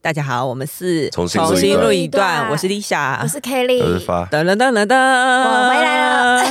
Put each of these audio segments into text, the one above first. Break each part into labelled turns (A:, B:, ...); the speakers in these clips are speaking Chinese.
A: 大家好，我们是
B: 重新
A: 重
B: 录一
A: 录
B: 段
A: 一段，我是丽
C: 我
A: 莎。
C: 是 Kelly，
B: 我是发，
A: 噔噔噔噔噔，
C: 我
A: 我
C: 回来了。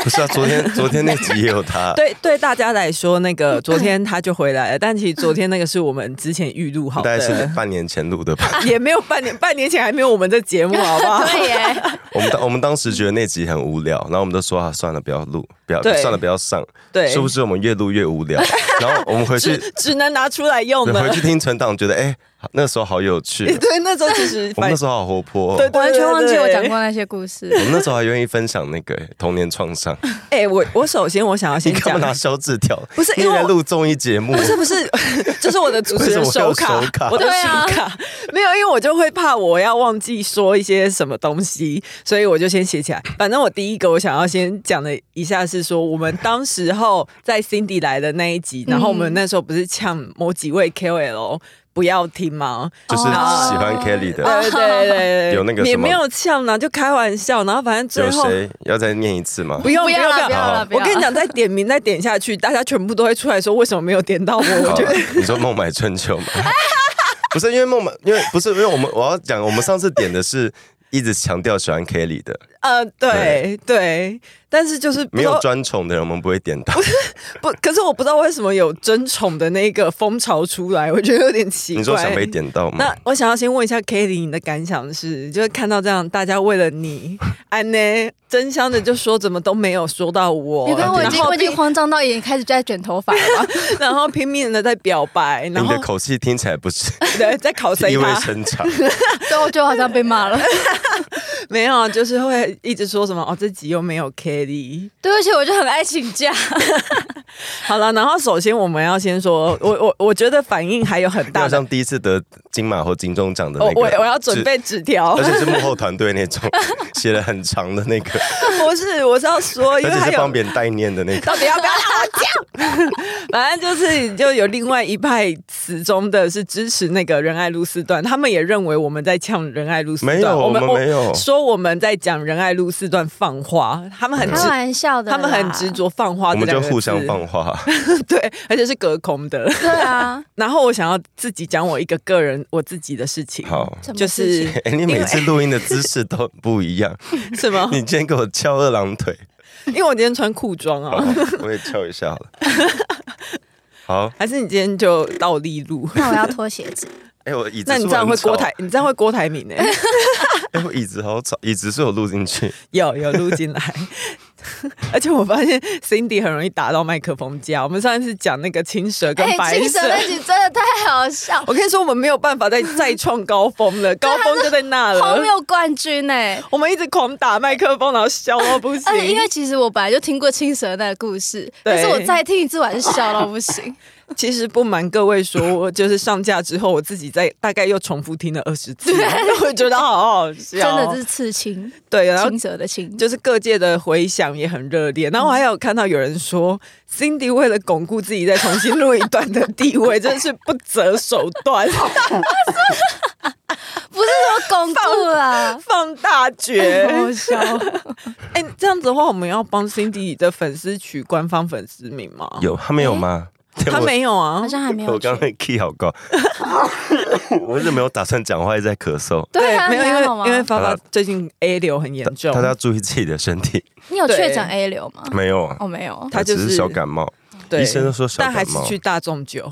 B: 不是啊，昨天昨天那集也有他，
A: 对对，大家来说，那个昨天他就回来了，但其实昨天那个是我们之前预录好
B: 大概是
A: 的，
B: 半年前录的吧。
A: 也没有半年，半年前还没有我们这节目，好不 好？
C: 对 耶，
B: 我们当我们当时觉得那集很无聊，然后我们都说啊，算了，不要录，不要
A: 对
B: 算了，不要上。
A: 对，
B: 殊不知我们越录越无聊，然后我 们回去
A: 只只能拿出来用
B: 对
A: 了，
B: 回。去听存档，觉得哎、那时候好有趣 哦
A: 对，那时候其实
B: 我们那时候好活泼、哦。
A: 对对
C: 完全忘记我讲
A: 对
C: 过那些故事。
B: 我们那时候还愿意分享那个、哎童年 创伤，
A: 哎、我我首先我想要
B: 你
A: 先
B: 干嘛
A: 讲，
B: 拿小纸条？
A: 不是
B: 你
A: 因为
B: 在
A: 我
B: 录综艺节目，
A: 不是不是，这是我的主持人
B: 为什么会
A: 手
B: 有
A: 卡，
B: 手卡
A: 我的
C: 对
A: 手
C: 啊
A: 卡、没有，因为我就会怕我要忘记说一些什么东西，所以我就先写起来。反正我第一个我想要先讲的一下是说，我们当时候在 Cindy 来的那一集，然后我
C: 嗯
A: 们那时候不是呛某几位 KOL 不要听吗？
B: 就是
A: 哦
B: 喜欢 Kelly 的。
C: 哦
A: 对对对对 对，
B: 有那个什么
A: 也没有呛呢、就开玩笑，然后反正最
B: 有
A: 后
B: 谁要再念一次吗？
A: 不用
C: 不要了，
A: 不
C: 不
A: 要
C: 要
B: 好
C: 了，不
A: 我
C: 要了
A: 跟你，讲，再点名再点下去，大家全部都会出来说为什么没有点到我。我
B: 好
A: 觉得
B: 你说孟买春秋吗？ 不是因为孟买，因为不是因为我们我要讲，我们上次点的是一直强调喜欢 Kelly 的，
A: 呃，对对，但是就是不
B: 没
A: 知
B: 有
A: 道
B: 专宠的人我们不会点到。
A: 不，可是我不知道为什么有争宠的那个风潮出来， 我觉得有点奇怪。
B: 你说想被点到吗
A: 那？我想要先问一下 k a t i e 你的感想是，就是看到这样，大家为了你，安呢争相的就说怎么都没有说到我，
C: 你看我已经
A: 然后
C: 我已经慌张到已经开始在卷头发了，
A: 然后拼命的在表 白，然
B: 你
A: 后
B: 的口气听起来不是
A: 对在考 谁
B: 意味
A: 他
B: 深长，
C: 最后就好像被骂 了。
A: 没有，啊就是会一直说什么哦，这集又没有 k a t i e
C: 对不起，我就很爱请假。
A: 好了，然后首先我们要先说，我我我觉得反应还有很
B: 就
A: 大
B: 好
A: 的
B: 像第一次得金马或金钟奖的
A: 我
B: 那个。
A: 哦我我要准备纸条
B: 是，而，且是幕后团队那种 写了很长的那个，
A: 不是，我是要 说，因
B: 而
A: 为
B: 且
A: 还
B: 是
A: 有
B: 帮别人代念 的那个。
A: 到底要不要让我讲？ 反正就是就有另外一派词中的是支持那个仁爱路四段，他们也认为我们在呛仁爱路四段，
B: 没有我们没有
A: 我说我们在讲仁爱路四段放话，他们很执
C: 开。玩笑的，
A: 他们很执。着放话
B: 我
A: 这
B: 们
A: 两
B: 就
A: 个字，
B: 互相放话，
A: 对，而且是隔空的。
C: 对啊，
A: 然后我想要自己讲我一个个人我自己的事情，
B: 好。
C: 什么
A: 就
C: 事
A: 是
C: 情
B: 哎、你每次录音的姿势都不一 样，
A: 什么？
B: 你今天给我翘二郎腿，
A: 因为我今天穿裤装
B: 好
A: 啊，，
B: 我也翘一下好了。 好，
A: 还是你今天就倒立录？
C: 那我要脱鞋子。
B: 哎、我椅子
A: 那你
B: 是
A: 这样
B: 很
A: 会
B: 吵
A: 郭台，，你这样会郭台铭呢、欸
B: 哎、我椅子好吵，椅子是有录进去，
A: 有有录进来，而且我发现 Cindy 很容易打到麦克风架。我们上一次讲那个青蛇跟白
C: 哎青
A: 蛇，
C: 蛇那集真的太好 笑，
A: 我跟你说，我们没有办法再再创高峰了，高峰就在那
C: 后面
A: 了。
C: 有冠军哎。
A: 我们一直狂打麦克风，然后笑到不行
C: 而。且哎因为其实我本来就听过青蛇那个故事，
A: 对
C: 但是我再听一次我还是笑到不 行。
A: 其实不瞒各位说，我就是上架之后，我自己在大概又重复听了二十 次，我觉得好好笑，
C: 真的是刺青，
A: 对。然后
C: 青蛇的青，
A: 就是各界的回响也很热
C: 嗯
A: 烈，然后我还有看到有人说、c i n d y 为了巩固自己再重新录一段的地 位，真是不择手段，，
C: 不是说啊巩固啦
A: 放大绝。
C: 好笑。
A: 哎、这样子的话，我们要帮 Cindy 的粉丝取官方粉丝名吗？
B: 有他没有吗？
A: 哦
B: 对
A: 他
B: 我
A: 没有啊
C: 好，像还没有
B: 我
C: 去。
B: 刚刚 key 好高， 我是没有打算讲话，一直在咳嗽。
C: 对啊，
A: 没有，因
C: 你还好吗
A: 为因为发
B: 好
A: 发
B: 啦
A: 最近 A 流很严重
B: 大，家注意自己的身体。
C: 你有
A: 对
C: 确诊 A 流吗？
B: 没有啊，
C: 哦，没有。
A: 他就
B: 只
A: 是
B: 是小感冒。
A: 对
B: 医生都说小
A: 但
B: 感冒
A: 还是去大众酒，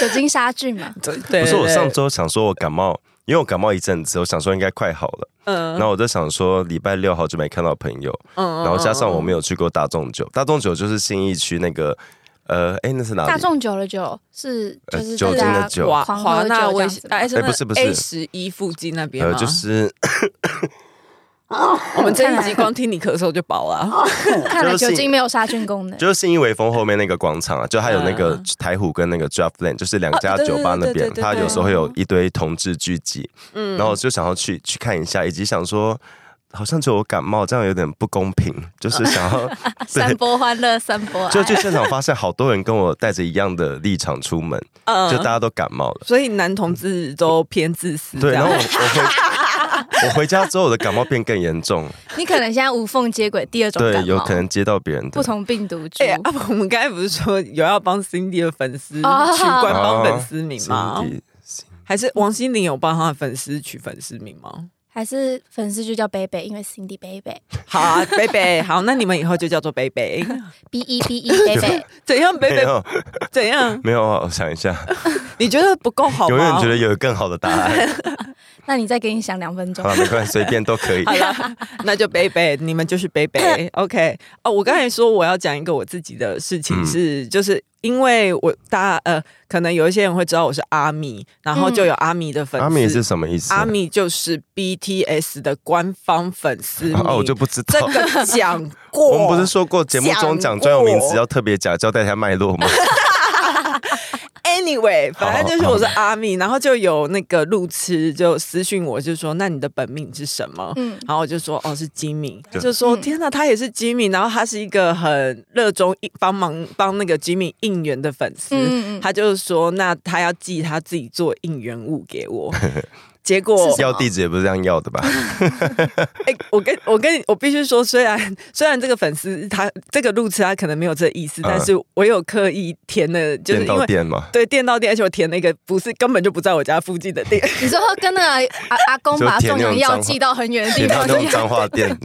C: 酒精杀菌嘛，
A: 对，对
B: 不是我上
A: 对
B: 周想说我感冒，因为我感冒一阵子，我想说应该快好了。
A: 嗯
B: 然后我就想说礼拜六好久没看到朋友，
A: 嗯
B: 然后加上我
A: 们
B: 没有去过大众酒，大众酒就是信义区那个，呃，哎，那是哪
C: 大
B: 里？
C: 众酒的酒是
B: 呃
C: 就是
B: 酒精
C: 大
B: 的
C: 家
B: 酒，
A: 华
C: 狂喝
A: 华纳
C: 酒这
A: 威
C: 样子吗
A: 哎，
B: 哎不是不是
A: A 十一附近那边
B: 呃，
A: 吗？
B: 就是
A: 我们这一集光听你咳嗽就饱了。
C: 看来
B: 就是
C: 酒精没有杀菌功能。
B: 就是信义微风后面那个广场啊，就还有那个台虎跟那个 Draft Land，就是两
A: 啊
B: 家
A: 嗯对对
B: 酒吧
A: 对
B: 那
A: 对
B: 边，
A: 对
B: 它
A: 对哦
B: 有时候会有一堆同志聚集，嗯，然后我就想要去去看一下，以及想说。好像只有我感冒，这样有点不公平。就是想要，
A: 哦
C: 三波欢乐三波 爱，
B: 就去现场发现好多人跟我带着一样的立场出门，就大
A: 嗯，
B: 家都感冒了。
A: 所以男同志都偏自私。
B: 嗯对，
A: 嗯这
B: 然
A: 样
B: 后我我回我回家之后，我的感冒变更 严重，
C: 你可能现在无缝接轨第二种感
B: 对，
C: 冒，
B: 有可能接到别人的
C: 不。同病毒株
A: 哎、。啊，我们刚才不是说有要帮 Cindy 的粉丝取
C: 哦
A: 官方粉丝名吗？
B: 心底心
A: 还是王心凌有帮她的粉丝取粉丝名吗？
C: 还是粉丝就叫贝贝，因为 Cindy 贝贝
A: 好啊，贝 贝，好，那你们以后就叫做贝贝。
C: ，B E B E 贝贝，
A: 怎样，贝
B: 没
A: 贝？
B: 有
A: 怎样？
B: 没有啊，我想一下，
A: 你觉得不够好吗？
B: 永远觉得有更好的答 案。
C: 那你再给你想两分钟
B: 好。了，没关系，随便都可以。
A: 好了，那就贝贝，你们就是贝贝。OK，哦，我刚才说我要讲一个我自己的事情
B: 嗯
A: 是，就是因为我大家呃，可能有一些人会知道我是阿米，然后就有阿米的粉丝。
B: 阿米是什么意思？
A: 阿米就是 BTS 的官方粉丝名，
B: 啊，我就不知
A: 这
B: 道。
A: 个讲过。
B: 我们不是说过节目中讲专有名词要特别讲，交代一下脉络吗？
A: Anyway，反正就是我是阿米，然后就有那个路痴就私讯我，就说那你的本名是什么？
C: 嗯，
A: 然后我就说哦是吉米，
B: 对
A: 就说
C: 嗯
A: 天哪，他也是吉米，然后他是一个很热衷帮忙帮那个吉米应援的粉丝，
C: 嗯嗯嗯
A: 他就说那他要寄他自己做应援物给 我，结果
B: 要地址也不是这样要的吧？
A: 哎、我跟我跟你，我必须说，虽然虽然这个粉丝他这个路痴他可能没有这意思，但是我有刻意填的，就是因
B: 店嗯到
A: 为。
B: 店嘛，
A: 对，电到店，而且我填了一个不是根本就不在我家附近的店，
C: 你说跟那个阿阿公把
B: 就舔
C: 壮
B: 那种
C: 阳药
B: 脏话
C: 寄到很远的地
B: 点到
C: 方
B: 那种脏话 店，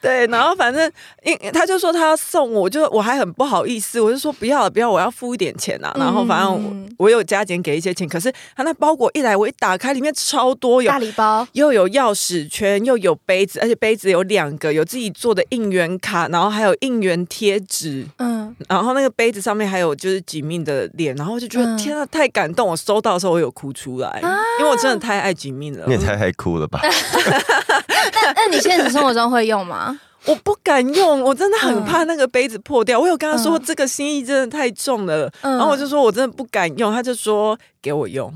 A: 对，然后反正因他就说他要送我，我就我还很不好意思，我就说不要了，不要，我要付一点钱啊。然后反正我,、
C: 嗯
A: 我有加减给一些钱，可是他那包裹一来，我一打开里面超多，有
C: 大礼包，
A: 又有钥匙圈，又有杯子，而且杯子有两个，有自己做的应援卡，然后还有应援贴纸，
C: 嗯，
A: 然后那个杯子上面还有就是吉命的脸，然后我就觉得、
C: 嗯啊
A: 天啊，太感动！我收到的时候我有哭出来，因为我真的太爱吉命了
B: 你。也太爱哭了吧？
C: 那那你现实生活中会用吗？
A: 我不敢用，我真的很怕那个杯子破掉。我有跟他说、
C: 嗯
A: 这个心意真的太重了，
C: 嗯
A: 然后我就说我真的不敢用，他就说给我用。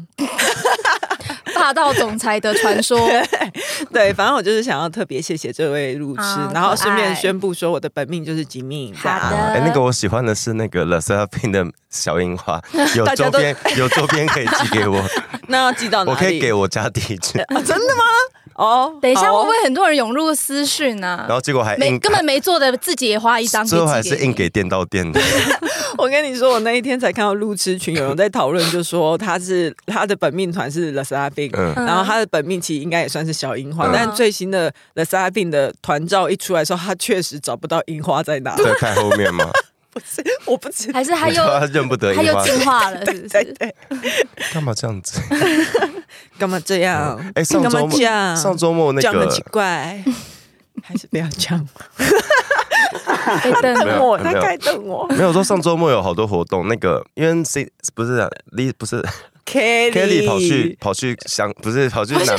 C: 霸道总裁的传 说，
A: 对，反正我就是想要特别谢谢这位路痴，
C: 啊
A: 然后顺便
C: 可爱
A: 宣布说我的本命就是吉命。这样
C: 好的
B: 啊哎、那个我喜欢的是那个 l e s e r p i n 的小樱花，有
A: 大家
B: 周
A: 都
B: 边有周边可以寄 给我，
A: 那要寄到哪
B: 我
A: 里？
B: 可以给我家地址。
A: 啊，真的吗？哦，
C: 等一下
A: 好
C: 会
A: 哦
C: 不会很多人涌入私讯呢
B: 然？后结果还
C: 没
B: 硬，
C: 根本没做的，自己也花一张，
B: 最后还是硬
C: 给
B: 给店到店的。
A: 我跟你说，我那一天才看到路痴群有人在讨论，就说他是他的本命团是 l e s a b i n
B: 嗯
A: 然后他的本命其实应该也算是小樱花，
B: 嗯
A: 但最新的 l e s a b i n 的团照一出来的时候，他确实找不到樱花在哪。
B: 对，看后面嘛，
A: 不是， 我不知
C: 你，还是他
B: 我觉
C: 又
B: 得他认不得
C: 他
B: 樱
C: 又
B: 花，
C: 进化了，是 不
A: 对
C: 是？
A: 对，
B: 干嘛这 样子？
A: 干嘛这样？
B: 哎、上
A: 干
B: 周
A: 嘛
B: 末
A: 这样？
B: 上周末那
A: 这样很
B: 个
A: 奇怪，还是不要这样。
C: 被 瞪
B: 啊没
A: 瞪
B: 有
C: 了，
A: 我，
B: 没
A: 他
B: 有
A: 该瞪我。
B: 没有说上周末有好多活动，那个因为 C 不是啊 Lee 不是 Kelly 跑去跑去香不是跑去 南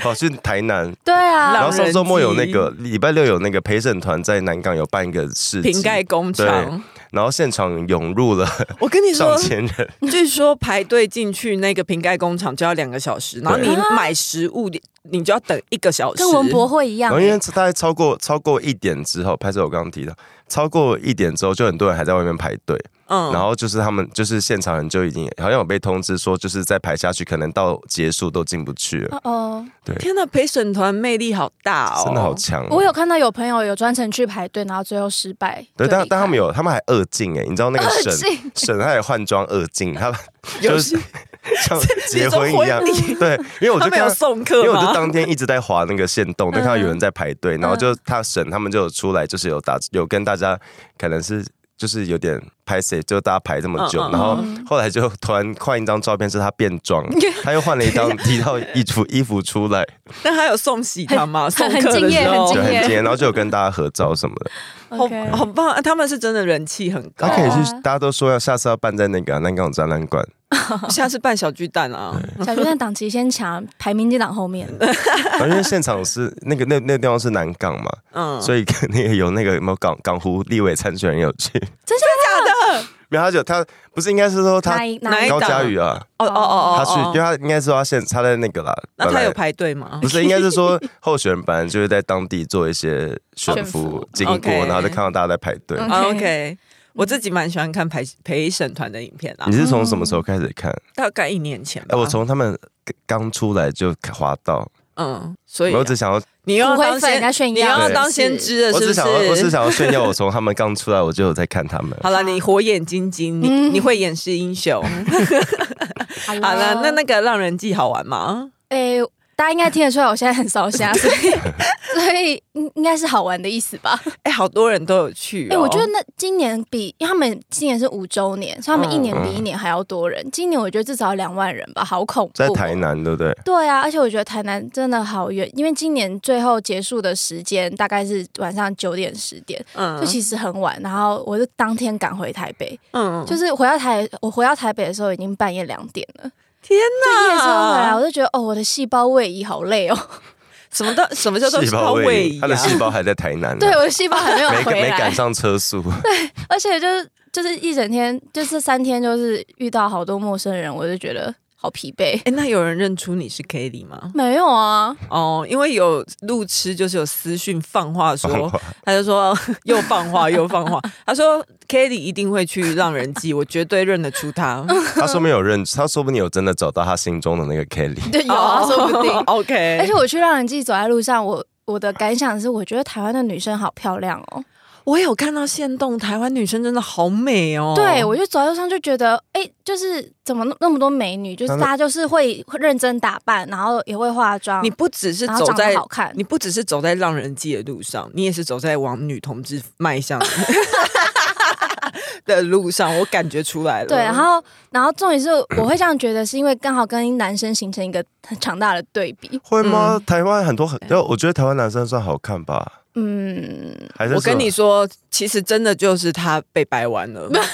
B: 跑去台南，
C: 对
B: 然
C: 啊
B: 后
A: 老，
B: 上周末有那个礼拜六有那个陪审团在南港有办一个市集
A: 瓶盖工厂，
B: 然后现场涌入了
A: 我跟你
B: 上
A: 说，
B: 千人，
A: 据说排队进去那个瓶盖工厂就要两个小时，然后
B: 对
A: 你买食物，你你就要等一个小时。
C: 跟文博会一
B: 然
C: 样哎
B: 后，因为大概超过超过一点之后，拍摄我刚刚提到，超过一点之后就很多人还在外面排队，
A: 嗯
B: 然后就是他们就是现场人就已经好像有被通知说，就是再排下去可能到结束都进不去了，
C: 哦哦，
A: 天呐，陪审团魅力好大哦，
B: 真的好强哦、
C: 我有看到有朋友有专程去排队，然后最后失败。
B: 对，但
C: 就离开
B: 但他们有，他们还二进哎，你知道那个
C: 二
B: 沈
C: 进
B: 沈他也换装二进，他们就是像结婚一样
A: 你说婚礼，
B: 对，因为我
A: 他们
B: 就看
A: 有
B: 到。
A: 送
B: 因
A: 客
B: 为我就
A: 吗？
B: 当天一直在滑那个线 动，就看到有人在排队，然后
C: 嗯
B: 就他沈他们就有出来，就是有打有跟大家可能是就是有点拍谁，就大家排这么久，
A: 嗯嗯嗯
B: 然后后来就突然换一张照片是他变装， 他又换了一张提到衣服衣服出来，
A: 但他有送喜糖吗？送
C: 很
A: 客的
C: 很敬业
A: 时候
B: 就
C: 很敬
B: 很
C: 耶
B: 惊艳，然后就有跟大家合照什么的。
A: 好
C: OK，
A: 好棒、啊！他们是真的人气很高
B: 他，可以
C: 哦
B: 去，大家都说要下次要办在那个啊南港展 览馆，
A: 下次办小巨蛋啊，
C: 小巨蛋档期先抢，排民进党 后面。
B: 然后因为现场是那个那那地方是南港嘛，
A: 嗯，
B: 所以肯定有那个有没有港港湖立委参选人有去， 没有他就他不是应该是说他
C: 哪一哪一
A: 哪一
B: 高
A: 档
B: 嘉
A: 啊
B: 宇啊，
A: 哦哦哦，
B: 他去，
A: 哦
B: 因为他应该是说他现他在那个啦，
A: 那
B: 本
A: 他
B: 来
A: 有排队吗
B: 不？是应该是说候选人本来就是在当地做一些选
C: 选
B: 服
C: 服
B: 经过，
A: OK
B: 然后就看到大家在排队。
C: 嗯
A: 啊 OK，我自己蛮喜欢看陪陪审团的影片啦
B: 你，是从什么时候开始看？
A: 啊大概一年前吧。
B: 哎，我从他们刚出来就滑到，
A: 嗯，所以啊、
B: 我只想要，
A: 你又要
C: 不会
A: 当
C: 粉
A: 先
C: 在炫
A: 你
C: 耀
A: 又要
B: 对
A: 当先知了，
B: 我
A: 是
B: 只
A: 不是
B: 想要，我只想要炫耀，我从他们刚出来我就有在看他 们。
A: 好了，你火眼金睛，你、
C: 嗯
A: 你会掩饰英雄。好了，那那个《浪人记》好玩吗？
C: 诶、大家应该听得出来，我现在很烧香，所 以所以应应该是好玩的意思吧？
A: 哎、好多人都有去、哦。
C: 哎、我觉得那今年比，因为他们今年是五周年，所以
A: 嗯
C: 他们一年比一年还要多人。今年我觉得至少两万人吧，好恐怖。
B: 在台。南，对不对？
C: 对啊，而且我觉得台南真的好远，因为今年最后结束的时间大概是晚上九点十点，
A: 嗯
C: 就其实很晚。然后我就当天赶回台北，
A: 嗯
C: 就是回到台，我回到台北的时候已经半夜两点了，
A: 天
C: 就夜超回来，
A: 哪
C: 我，就觉得哦，我的细胞位移好累哦。
A: 什么都什么叫做
B: 细胞
A: 位
B: 位
A: 移
B: 移，
A: 啊？
B: 他的细胞还在台南呢，
C: 对，
A: 嗯
C: 我的细胞还没有
B: 没
C: 回
B: 没
C: 来
B: 赶，上 车速。
C: 而且就是就是一整天，就是三天，就是遇到好多陌生人，我就觉得好疲惫。
A: 哎、那有人认出你是 k e l l y 吗？
C: 没 有啊，
A: 哦，因为有路痴，就是有私讯放话
B: 放
A: 说
B: 话，
A: 他就说 又放 话又放话，他说 k e l l y 一定会去让人记，我绝对认得出他。
B: 他说没有认，他说不定有真的找到他心中的那个 Kelly。
C: 对，有啊，
A: 哦
C: 说 不定。
A: OK，
C: 而且我去让人记走在路上，我我的感想是，我觉得台湾的女生好漂亮哦。
A: 我有看到现动，台湾女生真的好美哦。
C: 对，我就走在路上就觉得，哎、就是怎么那那么多美女，就是
B: 但是
C: 大家就是会会认真打扮，然后也会化妆，
A: 你不只是
C: 然后
A: 走
C: 长
A: 在
C: 得好看。
A: 你不只是走在让人记的路上，你也是走在往女同志 迈向的路上，我感觉出来了。
C: 对，然后然后重点是，我会这样觉得，是因为刚好跟男生形成一个很强大的对比。
B: 会
A: 嗯
B: 吗？台湾很多很，要我觉得台湾男生算好看吧，
C: 嗯，
B: 还是
A: 我跟你说，其实真的就是他被掰弯 了。我
B: 谁？哦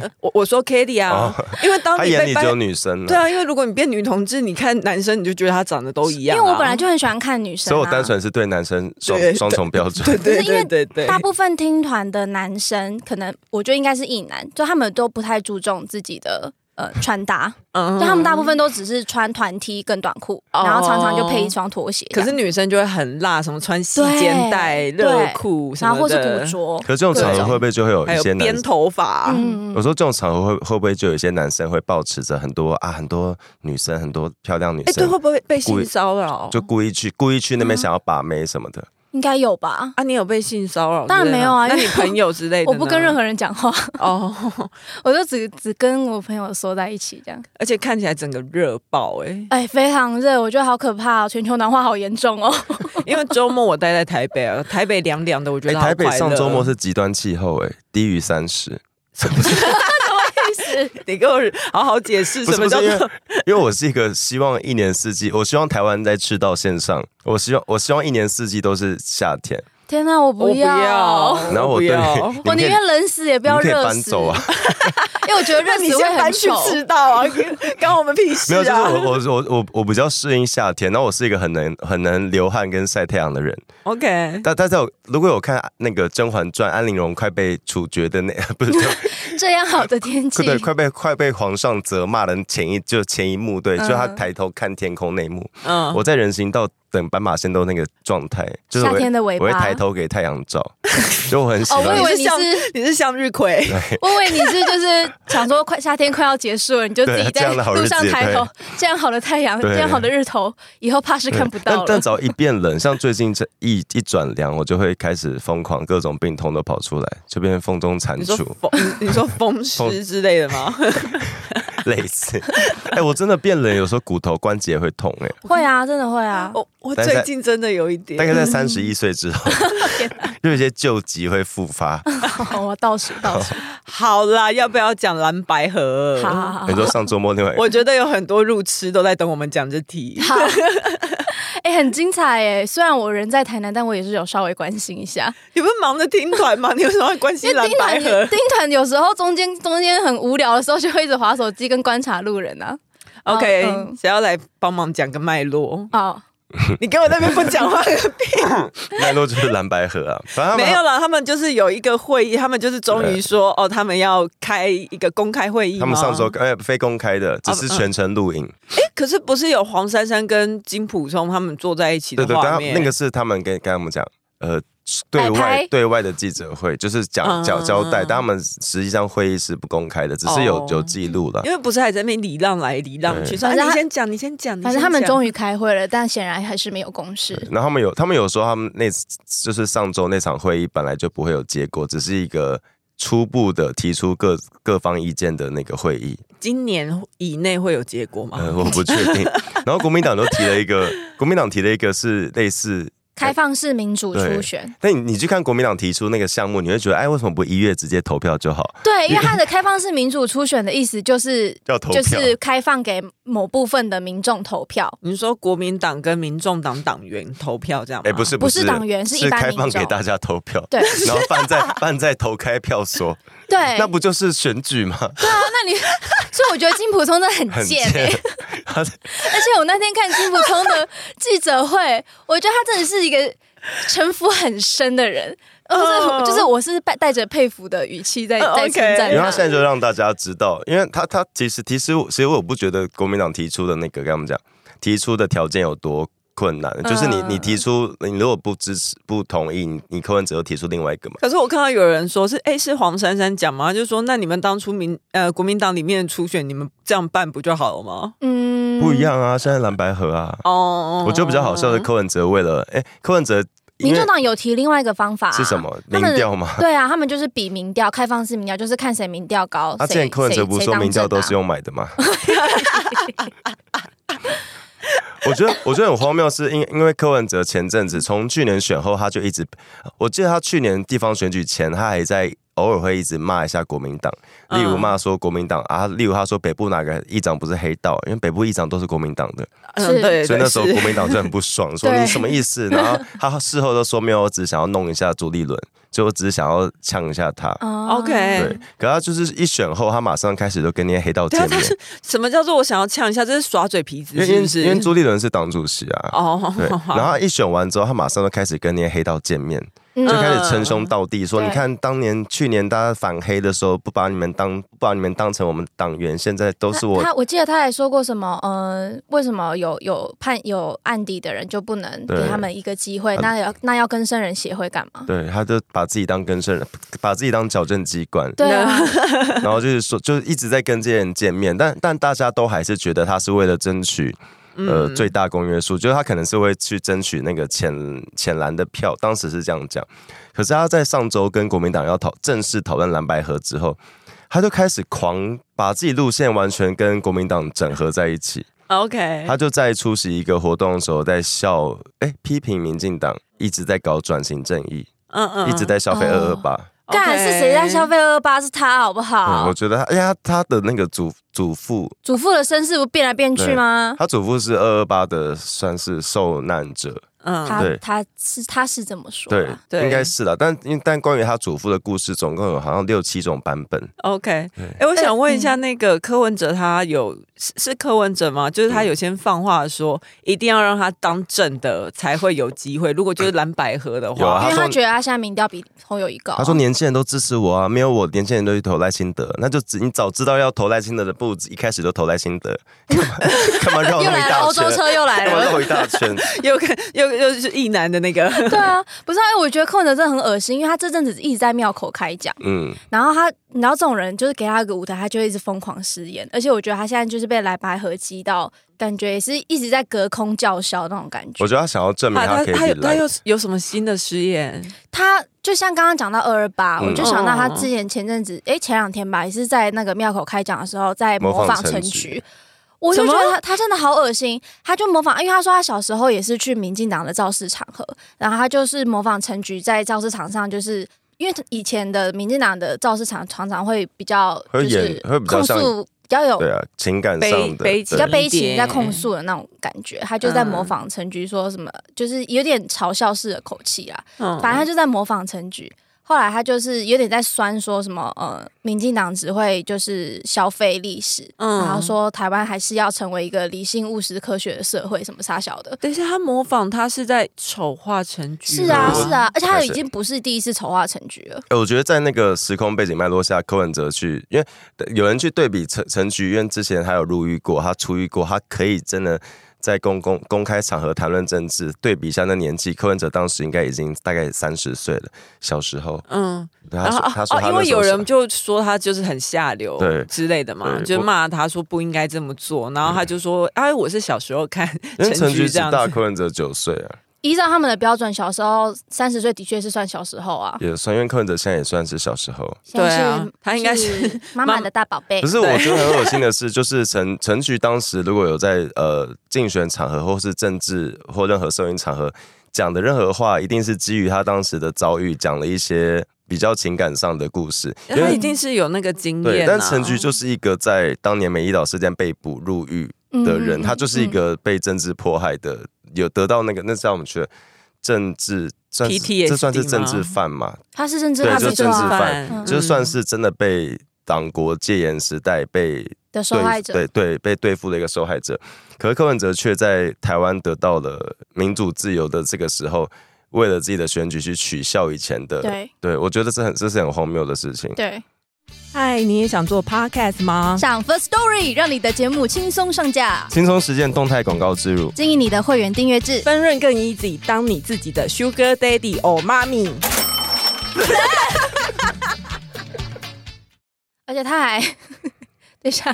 A: 跟 我我说 k a t i e 啊， 因为当
B: 他
A: 你
B: 眼里
A: 被
B: 只
A: 掰
B: 有，女生
A: 对
B: 了，
A: 啊，因为如果你变女同志，你看男生你就觉得他长得都一样啊、
C: 因为我本来就很喜欢看女生、啊，
B: 所以我单纯是对男生双
A: 对
B: 双重标准。
A: 对对
C: 不是因
A: 对
C: 为
A: 对对，
C: 大部分听团的男生，可能我觉得应该是异男，就他们都不太注重自己的。呃，穿搭，
A: 嗯
C: 就他们大部分都只是穿团 T 跟短裤，
A: 哦
C: 然后常常就配一双拖鞋
A: 可
C: 这样，
A: 是女生就会很辣，什么穿细肩带、
C: 对
A: 热裤什
C: 然
A: 么
C: 后或
A: 的，啊
C: 是古着，
B: 可是这种场合会不会就会有
A: 还
B: 一
A: 有
B: 些男
A: 编？头发。
C: 嗯，
B: 我说这种场合会会不会就有一些男生会保持着很多啊很多女生很多漂亮女
A: 嗯哎、对，嗯
B: 生
A: 会，不会被
B: 故
A: 性
B: 意
A: 骚扰？
B: 就故意去故意去那边想要把妹什么的。
C: 应该有吧？
A: 啊，你有被性骚扰之类的吗？
C: 当然没有啊
A: 那
C: 因为
A: 你朋友之类的
C: 我
A: 呢？
C: 不跟任何人讲话，
A: 哦，
C: 我就只只跟我朋友缩在一起这样。
A: 而且看起来整个热爆哎、
C: 哎，非常热，我觉得好可怕哦，全球暖化好严重 哦。
A: 因为周末我待在台北啊， 台北凉凉的，我觉
B: 哎，
A: 得好
B: 台北
A: 快乐
B: 上周末是极端气候，哎，低于三十。
A: 你给我好好解释什
B: 不是
A: 么
B: 不是
A: 叫
B: 因为
A: 做
B: 因为我是一个希望一年四季，我希望台湾在赤道线上，我希望我希望一年四季都是夏天。
C: 天哪，我
A: 我
C: 不
A: 不
C: 要，
A: 要，
B: 然后
A: 哦
B: 我
A: 不
B: 对你
A: 要。
B: 你
C: 我
B: 们可
C: 宁
B: 以
C: 愿冷死也不
B: 你
C: 要
B: 们可以
C: 热
B: 搬
C: 死。
B: 走啊！
C: 因为我觉得热
A: 那你
C: 死会
A: 先
C: 很
A: 搬去
C: 丑。
A: 赤道 啊， 关我们屁事
B: 没有，就是
A: 啊！
B: 我我我我我比较适应夏天，然后我是一个很能很能流汗跟晒太阳的人。
A: OK，
B: 但但在我如果有看那个《甄嬛传》，安陵容快被处决的那 不是
C: 这样好的天气
B: 就，对，快被快被皇上责骂的前一就前一幕，对，就他
C: 嗯
B: 抬头看天空那一幕，
A: 嗯，
B: 我在人行道等斑马线都那个状态，就是我
C: 夏天的尾
B: 我会
C: 巴
B: 抬头给太阳照， 就我很喜
C: 哦，
B: 欢。
C: 我以为
A: 你
C: 你
A: 是
C: 是，
A: 你是向日葵，
C: 我以为你是就是想说快夏天快要结束了，你就自己
B: 对这
C: 在
B: 样的好日
C: 路
B: 子
C: 上抬头，这样好的太阳，
B: 对
C: 这样好的日头，以后怕是看不
B: 但
C: 到了
B: 但。只要一变冷，像最近这一一转凉，我就会开始疯狂，各种病痛都跑出来，就变成风中残
A: 你说
B: 烛，
A: 风，你你说风湿之类的吗？
B: 类似。哎、我真的变冷，有时候骨头关节会痛、
A: 哦
B: 哎，
C: 会啊，真的会 啊。
A: 我我
B: 但是
A: 最近真的有一点
B: 大，概在三十一岁之后，
C: 天
B: 就有一些旧疾会复发。
C: 好，我倒数倒数。
A: 好啦，要不要讲蓝白河？
C: 好好好
B: 你。说上周末另外一个，
A: 哦我觉得有很多路痴都在等我们讲这题。
C: 好， 哎、很精彩哎！虽然我人在台南，但我也是有稍微关心一 下，
A: 你不是忙着听团吗？你 为什么要关
C: 因
A: 心
C: 为
A: 蓝
C: 丁
A: 白
C: 团
A: 河
C: 丁团有时候中间中间很无聊的时候，就会一直划手机跟观察路人啊。
A: ？OK，
C: 嗯
A: 谁要来帮忙讲个脉络？
C: 哦，
B: 嗯
A: 你给我那边不讲话，
B: 那都就是蓝白河啊， 反正他们
A: 没有了。他们就是有一个会议，他们就是终于说哦，他们要开一个公开会议吗。
B: 他们上周哎、非公开的，只
A: 哦嗯
B: 是全程录影。
A: 诶可是不是有黄珊珊跟金普聪他们坐在一起的
B: 对对，
A: 画
B: 但他
A: 面？
B: 那个是他们跟跟他们讲，呃对外
C: 摆拍
B: 对外的记者会，就是讲讲
A: 嗯
B: 交代，
A: 嗯
B: 但他们实际上会议是不公开的，只是有
A: 哦
B: 有记录了
A: 因。为不是还在那边礼让来礼让去，说、
C: 反
A: 啊、
C: 正
A: 你
C: 他
A: 先讲，你先讲，
C: 反正他们
A: 于
C: 终于开会了，但显然还是没有共识。
B: 然后他们有，他们有说他们那就是上周那场会议本来就不会有结果，只是一个初步的提出各各方意见的那个会议。
A: 今年以内会有结果吗？
B: 呃，我不确 定。然后国民党都提了一个，国民党提了一个是类似，
C: 开放式民主初选，
B: 但你你去看国民党提出那个项目，你会觉得，哎，为什么不一月直接投票就好？
C: 对，因为它的开放式民主初选的意思就是
B: 要投票
C: 就是开放给某部分的民众投票。
A: 你说国民党跟民众党党员投票这样吗？
B: 哎，不是，
C: 不是
B: 是
C: 党员是
B: 是
C: 一般
B: 开
C: 民
B: 放给
C: 众
B: 大家投票，
C: 对哎
B: 然后放 在放在投开票所，
C: 对，
B: 那不就是选举吗？
C: 对啊，那你 所以我觉得金普聪真的很
B: 很
C: 贱、
B: 贱
C: 欸，
B: 他
C: 而且我那天看金普聪的记者会， 我觉得他真的是一个城府很深的人，
B: 哦
C: 呃不
A: 嗯
C: 是，就是我是带带着佩服的语气在
A: 嗯
C: 在
A: OK
C: 称赞
B: 因为他现
C: 他。
B: 在就让大家知道，因为他他其实其实我其实我不觉得国民党提出的那个跟他们讲提出的条件有多困难，就是你
C: 嗯
B: 你提出你如果不支持不同意，你你柯文哲又提出另外一个嘛，
A: 可是我看到有人说是，哎、是黄珊珊讲吗？就说那你们当初民呃国民党里面的初选，你们这样办不就好了吗？
C: 嗯
B: 不一。样啊，现在蓝白河啊，
A: 哦，
B: 我觉得比较好笑的柯文哲为了哎、柯文哲因
C: 民
B: 为
C: 众党有提另外一个方法、啊
B: 是什？么
C: 他
B: 民
C: 们
B: 调吗？
C: 对啊，他们就是比民调，开放式民调，就是看谁民调高。
B: 啊，之前
C: 谁
B: 柯文哲不是
C: 谁
B: 说民调都是
C: 谁
B: 用买的吗？我觉得我觉得很荒谬，是因因为柯文哲前阵子从去年选后，他就一直，我记得他去年地方选举前，他还在偶尔会一直骂一下国民党，例如骂说国民党、啊，例如他说北部哪个议长不是黑道，因为北部议长都是国民党的，
A: 嗯
C: 是
A: 对，
B: 所以
A: 对
B: 那时候
A: 是
B: 国民党就很不爽，说
C: 对
B: 你什么 意思？然后他事后都说没有，我只是想要弄一下朱立伦，就我只是想要呛一下 他。
C: 当 哦
A: OK
B: 对，可他就是一选后，他马上开始就跟那些黑道
A: 对
B: 见
A: 啊，
B: 面
A: 他，是什么叫做我想要呛一下？这是耍嘴皮
B: 因
A: 子
B: 为
A: 是
B: 因
A: 不
B: 为
A: 是？
B: 因为朱立伦是党主席啊。
A: 哦，好
B: 对，
A: 好
B: 然
A: 好
B: 后他一选完之后，他马上就开始跟那些黑道见面，
C: 嗯
B: 就开始称兄道弟，说
C: 对
B: 你看当年去年大家反黑的时候，不把你们当不把你们当成我们党员，现在都是我
C: 他，我记得他还说过什么，嗯、呃，为什么有有判有案底的人就不能
B: 对
C: 给他们一个机会？
B: 他
C: 那要那要跟生人协会干嘛？
B: 对，他就把自己当更生人，把自己当矫正机关，
C: 对啊，
B: 然后就是说，就是一直在跟这些人见面，但但大家都还是觉得他是为了争取。呃，最大公约数就是他可能是会去争取那个浅浅蓝的票，当时是这样讲。可是他在上周跟国民党要讨正式讨论蓝白河之后，他就开始狂把自己路线完全跟国民党整合在一起。
A: OK，
B: 他就在出席一个活动的时候，在笑哎、批评民进党一直在搞转型正义，
A: 嗯嗯
B: 一直在消费二二
C: 哦
B: 八。
C: 干、是谁在消？
A: 嗯
C: 费二八？是他好不
B: 嗯，
C: 好？
B: 我觉得他，哎呀，他的那个祖祖父
C: 祖父的身世不变来变去吗？
B: 他祖父是二二八的，算是受难者，
A: OK，嗯，
C: 他
B: 对
C: 他是他是这么说、
B: 对
C: 啊，，
A: 对
B: 应该是啦。但因但关于他祖父的故事，总共有好像六七种版本。
A: OK，哎、我
C: 呃
A: 想问一下，
C: 嗯
A: 那个柯文哲他有是是柯文哲吗？就是他有先放话说，一定要让他当正的才会有机会。如果就是蓝百合的
B: 有啊
A: 话，
C: 因为
B: 他
C: 他
B: 说
C: 觉得他现在民调比侯友谊高。
B: 他说：“年轻人都支持我啊，没有我，年轻人都去投赖清德。那就只你早知道要投赖清德的步子，一开始就投赖清德，干嘛干嘛绕那
C: 又
B: 么
C: 来
B: 一
C: 了，
B: 大
C: 欧洲
B: 圈？
C: 车又来
B: 干嘛
C: 了。
B: 绕一大圈？
A: 又跟又又是一男的那个，
C: 对啊，不是啊，哎、我觉得柯文哲真的很恶心，因为他这阵子一直在庙口开讲。
B: 嗯，
C: 然后他，你知道这种人就是给他一个舞台，他就一直疯狂失言，而且我觉得他现在就是被来白合击到，感觉也是一直在隔空叫嚣那种感觉
B: 我。觉得他想要证明
A: 他
B: 他可
A: 他
B: 以
A: 有
B: 比
A: 他
B: 赖
A: 又有什么新的实验？
C: 他就像刚刚讲到二二八，
B: 嗯
C: 我就想到他之前前阵子，诶，前两天吧，也是在那个庙口开讲的时候，在模仿陈
B: 模仿陈
C: 菊。我就觉
A: 什
C: 得
A: 么
C: 他他真的好恶心，他就模仿，因为他说他小时候也是去民进党的造势场合，然后他就是模仿陈菊在造势场上，就是因为以前的民进党的造势场常常会比较
B: 会
C: 就
B: 演
C: 是
B: 会比较
C: 控
B: 像
C: 诉比较有
B: 对啊，情感
A: 悲
B: 上的
A: 悲
B: 对
C: 比较悲
A: 一
C: 情
A: 点嗯
C: 在控诉的那种感觉，他就在模仿陈菊说什么，就是有点嘲笑式的口气啊啦。
A: 嗯
C: 反正他就在模仿陈菊。后来他就是有点在酸说什么呃，民进党只会就是消费历史，
A: 嗯
C: 然后说台湾还是要成为一个理性务实科学的社会，什么啥小的。
A: 等一下，他模仿他是在丑化陈菊吗，
C: 是啊，
B: 我
C: 是啊，而且他
B: 开始
C: 已经不是第一次丑化陈菊了。
B: 欸我觉得在那个时空背景脉络下，柯文哲去，因为有人去对比陈陈菊，因为之前他有入狱过，他出狱过，他可以真的在公公公开场合谈论政治，对比一下那年纪，柯文哲当时应该已经大概三十岁了，小时候。
A: 嗯，
B: 他
A: 然后
B: 说
A: 啊
B: 他说
A: 哦，
B: 他
A: 因
B: 那
A: 为
B: 时候
A: 有人
B: 是
A: 就说他就是很下流
B: 对
A: 之类的嘛，
B: 对
A: 就
B: 我
A: 骂他说不应该这么做，然后他就说，哎，我是小时候看
B: 因为陈菊
A: 菊这
B: 只
A: 样
B: 大
A: 子，
B: 柯文哲九岁啊，
C: 依照他们的标准，小时候三十岁的确是算小时候啊。
B: 也算，因为柯文哲现在也算是小时候。
C: 现在
A: 对啊
C: 是
A: 他应该是
C: 妈
A: 妈
C: 妈的大宝贝
B: 可。是我觉得很恶心的是，就是陈陈菊当时如果有在呃竞选场合或是政治或任何社运场合讲的任何话，一定是基于他当时的遭遇，讲了一些比较情感上的故事。因
A: 他
B: 为
A: 一定是有那个经
B: 对，
A: 验、啊。
B: 但陈菊就是一个在当年美伊岛事件被捕入狱的人，
C: 嗯嗯嗯
B: 他就是一个被政治迫害的，有得到那个那叫我们去政治。算是
A: PTSD
B: 这算是政
A: 吗
B: 治犯嘛？
C: 他是政治
B: 对
C: 犯，
B: 就
C: 没
B: 是政
C: 错
B: 治
C: 啊
B: 犯，
C: 嗯
B: 就算是真的被党国戒严时代被
C: 的受
B: 对
C: 害者。
B: 对对被对付的一个受害者。可是柯文哲却在台湾得到了民主自由的这个时候，为了自己的选举去取笑以前的，
C: 对
B: 我觉得这很这是很荒谬的事情。
C: 对，
A: 嗨，你也想做 podcast 吗？
C: 上 First Story 让你的节目轻松上架，
B: 轻松实践动态广告植入，
C: 经营你的会员订 阅制。
A: 分润更 easy，当你自己的 sugar daddy 或妈咪。
C: 而且他 还，等一下，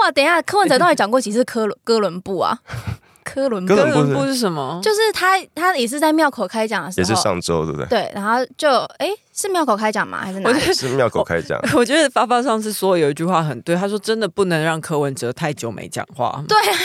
C: 哇，等一下，柯文哲到底讲过几次科伦哥伦布啊？科伦布
B: 哥
A: 哥
B: 伦布是
A: 伦布是什么？
C: 就是他，他也是在庙口开讲的时
B: 也
C: 候，
A: 哦
B: 是上周对不对？
C: 对，然后就哎、是庙口开讲吗？还是哪
A: 我
C: 里？
A: 就是
B: 妙口开讲，
A: 我觉得发发上次说有一句话很对，他说真的不能让柯文哲太久没讲话，
C: 对 啊，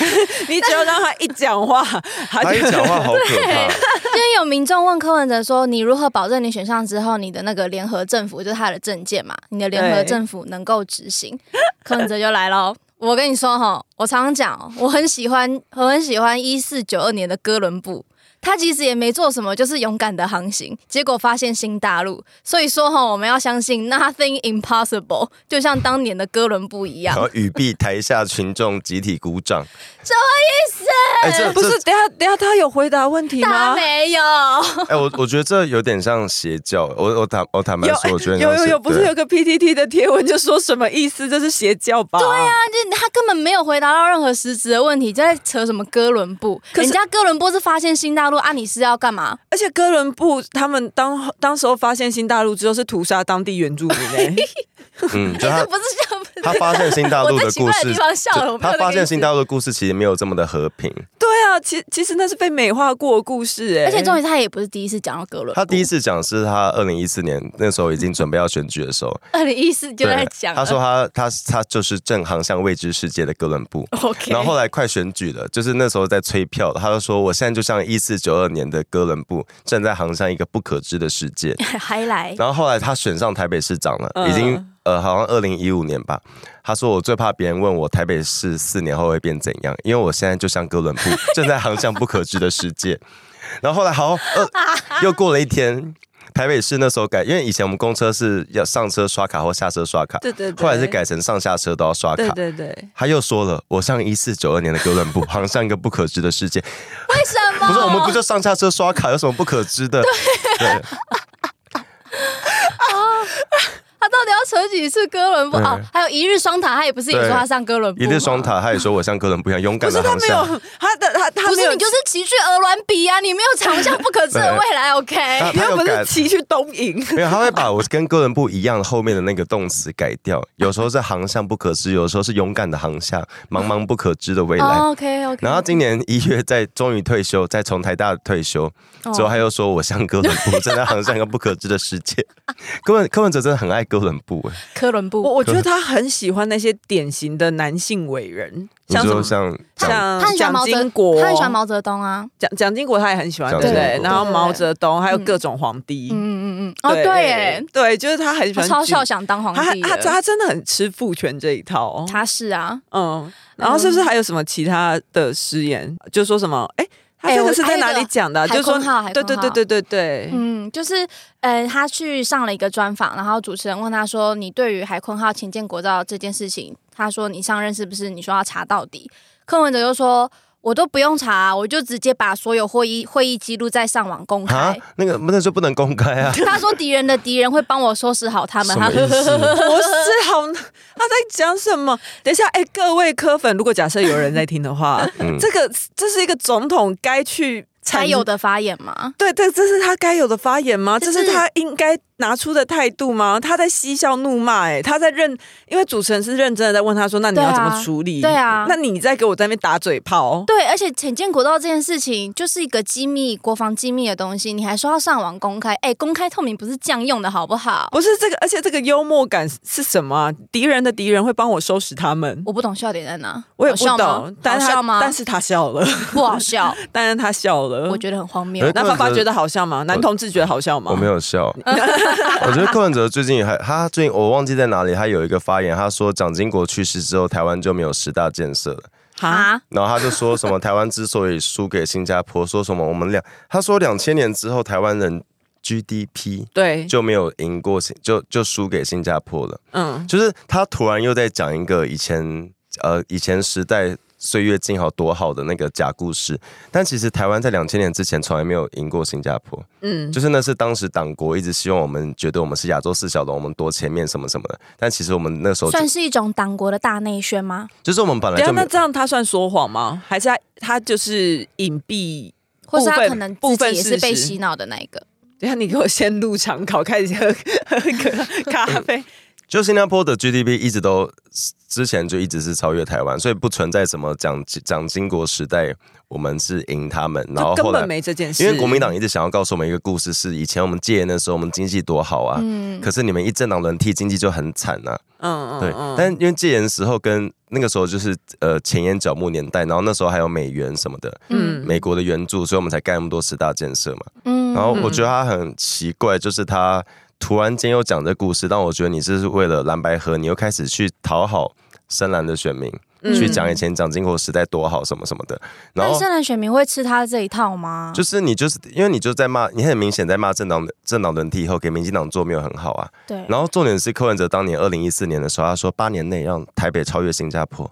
A: 你只要让他一讲话， 他
B: 他一
A: 就
B: 讲话好可怕，
C: 因为有民众问柯文哲说：“你如何保证你选上之后，你的那个联合政府就是他的政见嘛？你的联合政府能够执行？”柯文哲就来喽。我跟你说哈，我常常讲哦，我很喜欢，我很喜欢一四九二年的哥伦布，他其实也没做什么，就是勇敢的航行，结果发现新大陆。所以说哈，我们要相信 nothing impossible，就像当年的哥伦布一样
B: 然。后语毕，台下群众集体鼓掌，什么意思？哎，这
A: 不
B: 这
A: 是？等一下等一下，他有回答问题
C: 他
A: 吗？
C: 没有，
B: 哎、我我觉得这有点像邪教。我我坦我坦白说，我觉得
A: 有
B: 像
A: 有
B: 邪
A: 有，不是
B: 对
A: 有个 PTT 的贴文就说什么意思？这是邪教吧？对啊，
C: 他就他根本没有回答到任何实质的问题，就在扯什么哥伦布？
A: 可是
C: 人家哥伦布是发现新大陆，啊，你是要干嘛？
A: 而且哥伦布他们当当时候发现新大陆之后是屠杀当地原住民欸 诶、
B: 嗯，就
C: 哎
B: 他
C: 这不是这样，
B: 他发现新大陆
C: 我
B: 的
C: 在奇
B: 故
C: 怪的
B: 事
C: 地，方笑了。我没
B: 他
C: 有那个
B: 发现
C: 意思
B: 新大，陆的故事其实没有这么的和平。
A: 对啊，其其实那是被美化过的故事欸诶、
C: 而且重点是他也不是第一次讲到哥伦布，
B: 他 第一次讲是他二零一四年那时候已经准备要选举的时候，
C: 二零一四 就在讲了，
B: 他说他他他就是正航向未知世界的哥伦布。
C: OK，
B: 然后后来快选举了，就是那时候在催票，他就说我现在就像一四九二年的哥伦布，正在航向一个不可知的世界。
C: 还来，
B: 然后后来他选上台北市长了，
A: 嗯
B: 已经呃，好像二零一五年吧。他说我最怕别人问我台北市四年后会变怎样，因为我现在就像哥伦布，正在航向不可知的世界。然后后来好，呃，又过了一天，台北市那时候改，因为以前我们公车是要上车刷卡或下车刷卡，
A: 对对对，
B: 后来是改成上下车都要刷卡
A: 对。对 对，
B: 他又说了，我像一四九二年的哥伦布，航向一个不可知的世界。
C: 为什
A: 哦
C: 么？
B: 不是，我们不就上下车刷卡，有什么不可知的？对，
C: 他到底要扯几次哥伦布？
B: 对
C: 哦，还有一日双塔，他也不是也说
B: 对
C: 他上哥伦布
B: 一
C: 吗，
B: 日双塔，他也说我像哥伦布 一样勇
A: 不
B: 敢
A: 是
B: 的
A: 他
B: 航
A: 没有
B: 向。
A: 他的他他没
C: 不是
A: 有
C: 你就是崎岖鹅卵比啊，你没有长向不可知的未来，OK？
B: 他
A: 你
B: 他
A: 又
B: 有
A: 不
B: 改
A: 是，骑去东 营。
B: 没有，他会把我跟哥伦布一样后面的那个动词改掉。有时候是航向不可知，有时候是勇敢的航向，茫茫不可知的未来。
C: 哦，OK，OK。
B: 然后今年一月在终于退休，在从台大退休
A: 哦
B: 之后，他又说我像哥伦布，正在航向一个不可知的世界。柯文柯文哲真的很爱哥伦布，哎
C: 科伦布
A: 我，我觉得他很喜欢那些典型的男性伟人，
B: 你
A: 像什
B: 说
A: 么
B: 像啊像
A: 像
C: 他很喜欢
A: 蒋
C: 毛泽
A: 经国，
C: 他很喜欢毛泽东啊。
A: 蒋蒋经国他也很喜欢，
B: 蒋
A: 对不
B: 经
A: 对？
B: 国
A: 然后
C: 对
A: 毛泽东还有各种皇帝，
C: 嗯嗯嗯，哦对耶，
A: 对，就是他很喜
C: 我
A: 欢
C: 超
A: 举
C: 笑想当皇
A: 他
C: 帝
A: 他
C: 的。
A: 他真的很吃父权这一套，哦
C: 他是啊，
A: 嗯，然后是不是还有什么其他的誓言？就说什么，哎，他
C: 哎
A: 这个
C: 我
A: 是
C: 还
A: 在
C: 有一
A: 哪
C: 个
A: 里讲的啊？
C: 海
A: 就说
C: 空号海
A: 对
C: 空
A: 对对
C: 号
A: 对对对，
C: 嗯，就是呃，他去上了一个专访，然后主持人问他说：“你对于海坤号请见国造这件事情，他说你上任是不是？你说要查到底。”柯文哲就说：“我我都不用查、我就直接把所有会议会议记录再上网公
B: 啊
C: 开。，。
B: 那个那就不能公开 啊
C: 他说敌人的敌人会帮我收拾好他们，
B: 什
C: 他
B: 么意 思？
A: 不是好，他在讲什么？等一下，哎、各位科粉，如果假设有人在听的 话，
B: 嗯
A: 这个这是一个总统该去
C: 才有
A: 的，
C: 的发言嘛。
A: 对对，这是他该有的发言吗？这
C: 就是
A: 是他应该拿出的态度吗？他在嬉笑怒骂，哎，他在认，因为主持人是认真的在问他说，那你要
C: 对啊
A: 怎么处理？
C: 对啊
A: 那你在给我在那边打嘴炮？
C: 对，而且浅见国造这件事情就是一个机密、国防机密的东西，你还说要上网公开？哎、公开透明不是这样用的好不好？
A: 不是这个，而且这个幽默感是什么、啊？敌人的敌人会帮我收拾他们，
C: 我不懂笑点在哪，
A: 我也
C: 好
A: 不
C: 笑吗
A: 懂。但是
C: 好笑
A: 他
C: 吗？
A: 但是嗯他笑了，
C: 不好笑，
A: 但是他笑了。
C: 我觉得很荒谬
B: 可是。
A: 那
B: 柯
A: 发
B: 文
A: 发
B: 哲
A: 觉得好笑吗？男同志觉得好笑吗？
B: 我没
A: 有。
B: 有笑， 我觉得柯文哲最近还他最近我忘记在哪里，他有一个发言，他说蒋经国去世之后，台湾就没有十大建设了。
A: 哈，
C: 啊，
B: 然后他就说什么 台湾之所以输给新加坡，说什么我们两，他说两千年之后台湾人 GDP
A: 对，
B: 就没有赢过新，就就输给新加坡了。
A: 嗯，
B: 就是他突然又在讲一个以前呃以前时代岁月静好多好的那个假故事，但其实台湾在两千年之前从来没有赢过新加坡，
A: 嗯，
B: 就是那是当时党国一直希望我们觉得我们是亚洲四小龙，我们多前面什么什么的，但其实我们那时候就
C: 算是一种党国的大内宣吗？
B: 就是我们本来
A: 对啊，
B: 就没
A: 那
B: 有。
A: 这样他算说谎吗？还是他他就是隐蔽？
C: 或是
A: 部
C: 他
A: 分
C: 可能
A: 部
C: 自
A: 分
C: 己也
A: 事
C: 是
A: 实
C: 被洗脑的那一个？
A: 等一下你给我先入场考，开始喝 喝个咖啡。
B: 就新加坡的 GDP 一直都之前就一直是超越台湾，所以不存在什么蒋蒋经国时代我们是赢他们，然后
A: 就根
B: 后来
A: 本没这件事，
B: 因为国民党一直想要告诉我们一个故事，是以前我们戒严的时候，我们经济多好啊，
C: 嗯，
B: 可是你们一政党轮替，经济就很惨啊。
A: 嗯，嗯
B: 对，
A: 嗯，
B: 但因为戒严时候跟那个时候就是呃前沿角木年代，然后那时候还有美元什么的，
C: 嗯
B: 美国的援助，所以我们才盖那么多十大建设嘛。
C: 嗯
B: 然后我觉得他很奇怪，就是他突然间又讲这故事，但我觉得你这是为了蓝白河，你又开始去讨好深蓝的选民，
A: 嗯
B: 去讲以前蒋经国时代多好什么什么的。然
C: 那
B: 后
C: 深蓝选民会吃他这一套吗？
B: 就是你就是因为你就在骂，你很明显在骂政党政党轮替以后给民进党做没有很好啊。
C: 对，
B: 然后重点是柯文哲当年二零一四年的时候，他说八年内让台北超越新加坡，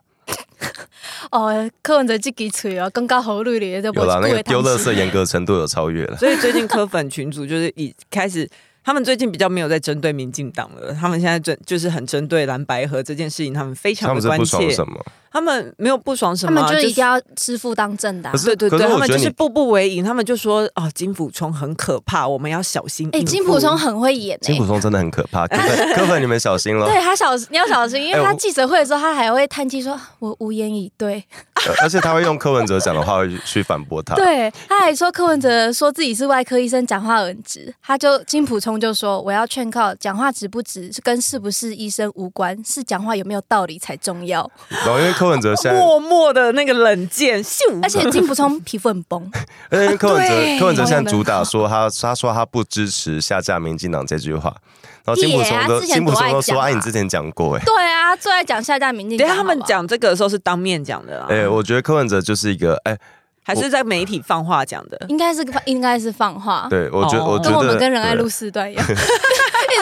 C: 哦，柯文哲自己吹哦，更高喉咙里都不
B: 有啦，那
C: 不
B: 个
C: 会
B: 丢
C: 当
B: 垃
C: 心
B: 圾严格程度有超越了。
A: 所以最近科粉群组就是已开始，他们最近比较没有在针对民进党了，他们现在针就是很针对蓝白河这件事情，他们非
B: 他
A: 常
B: 们
A: 的
B: 是
A: 关
B: 不爽
A: 切
B: 什，么？
A: 他们没有不爽什
C: 他
A: 么
C: 们
A: 啊，
C: 就一
A: 是
C: 定要师傅当正的啊、
B: 可是
A: 对对
B: 可
A: 对，
B: 是
A: 他
B: 我
A: 们
B: 觉
A: 就
B: 得
A: 是
B: 你
A: 步步为营，他们就说啊、金辅冲很可怕，我们要小心应付。
C: 哎、金普聪很会演哎、
B: 金普松真的很可怕，柯 粉柯粉你们欸小心喽。
C: 对他小，你要小心，因
B: 哎
C: 为
B: 我
C: 他记者会的时候，他还会叹气说：“啊我无言以对。
B: 呃而且他会用柯文哲讲的话去去反驳他。
C: 对，他还说柯文哲说自己是外科医生，讲话很直。他就金普聪就说：“我要劝告，讲话直不直是跟是不是医生无关，是讲话有没有道理才重要。
B: 然后因为柯文哲现在，
A: 默默的那个冷箭，咻！
C: 而且金普聪皮肤很崩，
B: 而且因为柯文
A: 对
B: 哲柯文哲现在主打说他他说他不支持下架民进党这句话，然后金普松都
C: 屁耶他之前
B: 金普松都说
C: 多爱讲啊
B: 哎你之前讲过哎。
C: 对啊，最爱讲下架民进
A: 等
C: 党
A: 一下
C: 好不
A: 他
C: 好。
A: 们讲这个的时候是当面讲的啦，
C: 嗯
B: 哎，我觉得柯文哲就是一个哎，
A: 还是在媒体放话讲的。
C: 应该是应该是放话，
B: 对我觉得
A: 哦
B: 我觉
C: 跟我们
B: 得
C: 跟仁爱
B: 对
C: 路四段一样，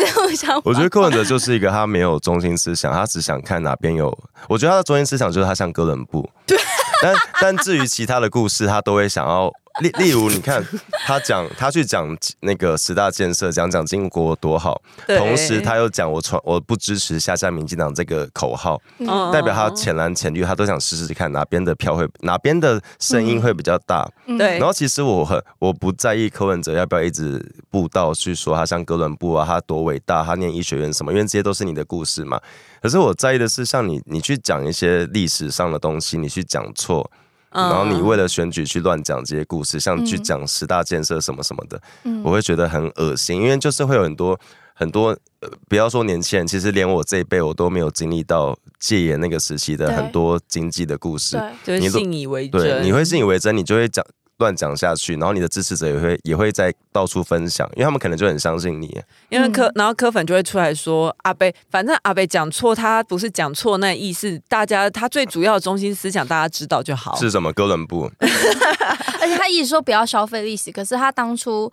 C: 一直互相。
B: 我觉得柯文哲就是一个他没有中心思想，他只想看哪边有。我觉得他的中心思想就是他像哥伦布。对，但但至于其他的故事，他都会想要。例例如，你看他讲，他去讲那个十大建设，讲讲经国多好，
A: 对
B: 同时他又讲我传我不支持下架民进党这个口号，
A: 嗯
B: 代表他浅蓝浅绿，他都想试试看哪边的票会，哪边的声音会比较大。
C: 嗯
A: 对
B: 然后其实我很我不在意柯文哲要不要一直布道去说他像哥伦布啊，他多伟大，他念医学院什么，因为这些都是你的故事嘛。可是我在意的是，像你你去讲一些历史上的东西，你去讲错，
A: 嗯
B: 然后你为了选举去乱讲这些故事，像
C: 嗯
B: 去讲十大建设什么什么的，
C: 嗯
B: 我会觉得很恶心，因为就是会有很多很多。呃不要说年轻人，其实连我这一辈我都没有经历到戒严那个时期的
C: 对
B: 很多经济的故事。
A: 就
C: 对，
A: 是
B: 你都
A: 信以为
B: 对，
A: 真，
B: 你会信以为真，你就会讲乱讲下去，然后你的支持者也会也会在到处分享，因为他们可能就很相信你。
A: 因为科
C: 嗯，
A: 然后科粉就会出来说阿贝，反正阿贝讲错，他不是讲错那意思，大家他最主要的中心思想大家知道就好。
B: 是什么哥伦布？
C: 而且他一直说不要消费历史，可是他当初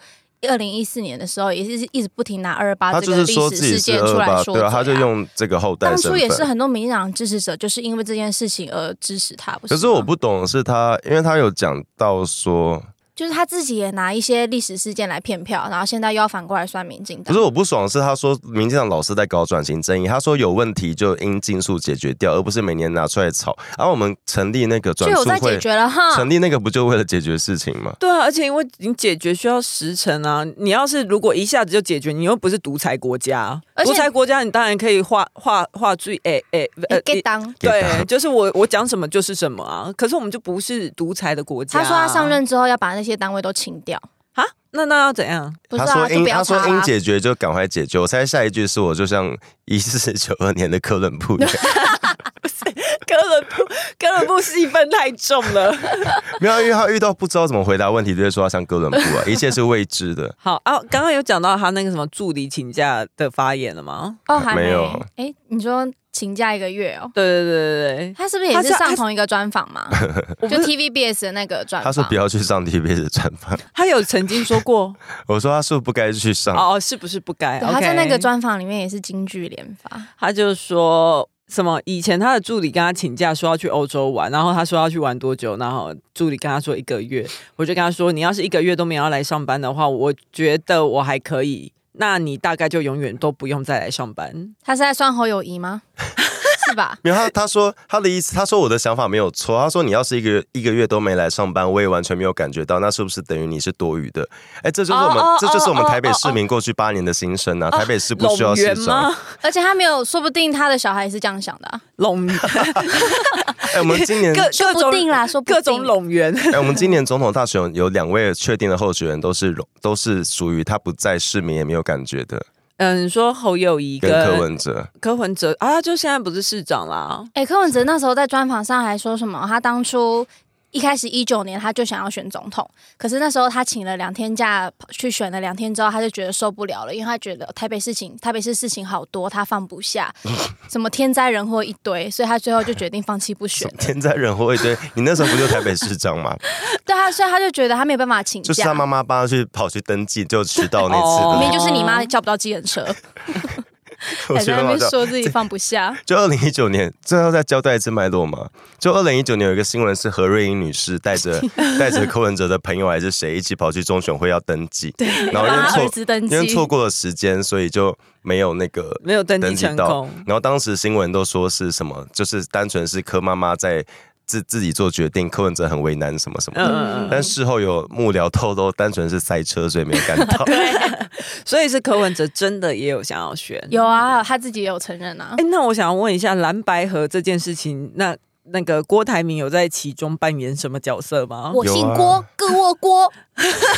C: 二零一四年的时候，也是一直不停拿二二
B: 他
C: 八这
B: 就
C: 个
B: 是
C: 历
B: 说
C: 史
B: 自己
C: 事
B: 是
C: 件出
B: 二
C: 来
B: 八，
C: 说
B: 对
C: 嘴
B: 啊，
C: 啊，
B: 他就用这个后代
C: 当
B: 身
C: 初
B: 份。
C: 也是很多民进党支持者就是因为这件事情而支持他，不是
B: 可
C: 吗？
B: 是我不懂的是他，因为他有讲到说，
C: 就是他自己也拿一些历史事件来骗票，然后现在又要反过来算民进
B: 可
C: 党
B: 是。我不爽的是他说民进党老是在搞转型正义，他说有问题就应尽速解决掉，而不是每年拿出来吵。然、后我们成立那个
C: 就
B: 转
C: 有
B: 述
C: 在解
B: 会，
C: 决啊了哈，
B: 成立那个不就为了解决事情吗？
A: 对啊，而且因为你解决需要时辰啊，你要是如果一下子就解决，你又不是独裁国家
C: 而，且
A: 独裁国家你当然可以画画画最诶诶呃
B: 呃
C: 你 get 当。
B: 给
A: 对，
B: 他
A: 就是我我讲什么就是什么啊。可是我们就不是独裁的国家啊、
C: 他说他上任之后要把那些单位都清掉，
A: 啊，那那要怎样？
C: 不是
B: 他
C: 啊，
B: 说
C: 就
B: 应
C: 不要
B: 他
C: 查
B: 说应
C: 啦。
B: 解决就赶快解决。我猜下一句是我就像一四九二年的哥伦 布一样，
A: 哥伦布哥伦布戏份太重了。
B: 没有，因为他遇到不知道怎么回答问题，就会说他像哥伦布 啊，一切是未知的。
A: 好啊，刚刚有讲到他那个什么助理请假的发言了吗？
C: 哦，还
B: 没
C: 没
B: 有
C: 哎，你说请假一个月哦，
A: 对对对对
C: 他是不是也
A: 他
C: 是
B: 啊
A: 是他
C: 上
A: 是
C: 同一个专访 嘛？
A: 对，我
C: 就
A: 不是
C: TVBS 的那个专
B: 他
C: 访。
B: 说不要去上 TBS 专访，
A: 他有曾经说 过
B: 我说他是不是不该去上。
A: 哦，是不是不该？
C: 对，他在
A: OK
C: 那个专访里面也是京剧连发，
A: 他就说什么以前他的助理跟他请假说要去欧洲玩，然后他说要去玩多久，然后助理跟他说一个月，我就跟他说你要是一个月都没有要来上班的话，我觉得我还可以，那你大概就永远都不用再来上班。
C: 他是在算侯友谊吗？ 是吧？
B: 没有他，他说他的意思，他说我的想法没有错。他说你要是一个一个月都没来上班，我也完全没有感觉到，那是不是等于你是多余的？哎，这就是我们，
A: 哦哦
B: 这就是我们
A: 哦哦
B: 台北市民过去八年的心声啊！台北市不
A: 拢
B: 需要市
A: 源
B: 长
A: 吗。？
C: 而且他没有，说不定他的小孩也是这样想的啊，
A: 拢
B: 哎，我们 今年
A: 各
C: 说
A: 各
C: 不
A: 种
C: 定啦，说不定
A: 各种拢源，
B: 哎，我们今年总统大选有两位确定的候选人，都是都是属于他不在市民也没有感觉的，
A: 嗯，你说侯友谊
B: 跟
A: 跟
B: 柯文哲。
A: 柯文哲啊，他就现在不是市长啦，
C: 哎、柯文哲那时候在专访上还说什么？他当初一开始一九年他就想要选总统，可是那时候他请了两天假去选了两天之后，他就觉得受不了了，因为他觉得台北事情台北市事情好多，他放不 下，什么天灾人祸一堆，所以他最后就决定放弃不选
B: 什么。天灾人祸一堆，你那时候不就台北市长 吗？
C: 对他，所以他就觉得他没有办法请
B: 就是他
C: 假。
B: 妈妈帮他去跑去登记，就迟到那次
A: 哦
B: 的
C: 明明就是你妈叫不到计程车，
B: 我
C: 还
B: 觉
C: 在
B: 得
C: 那
B: 蛮好
C: 边
B: 笑
C: 说自己放不下。
B: 就二零一九年，最后再交代一次脉络嘛。就二零一九年有一个新闻是何瑞英女士带着 带着柯文哲的朋友还是谁一起跑去中选会要登记，对，然后因
C: 帮他儿
B: 为
C: 子
B: 错
C: 登记
B: 因为错过了时间，所以就没有那个
A: 嗯没有登记
B: 登记
A: 成
B: 到
A: 功。。
B: 然后当时新闻都说是什么，就是单纯是柯妈妈在自自己做决定，柯文哲很为难什么什么的。
A: 嗯，嗯嗯
B: 但事后有幕僚透露，单纯是塞车，所以没有赶 到。
A: 所以是柯文哲真的也有想要选。
C: 有啊，他自己也有承认啊
A: 哎、。那我想问一下蓝白河这件事情，那那个郭台铭有在其中扮演什么角色吗？
C: 我姓
B: 有
C: 郭，各握 锅。哎、我跟你说，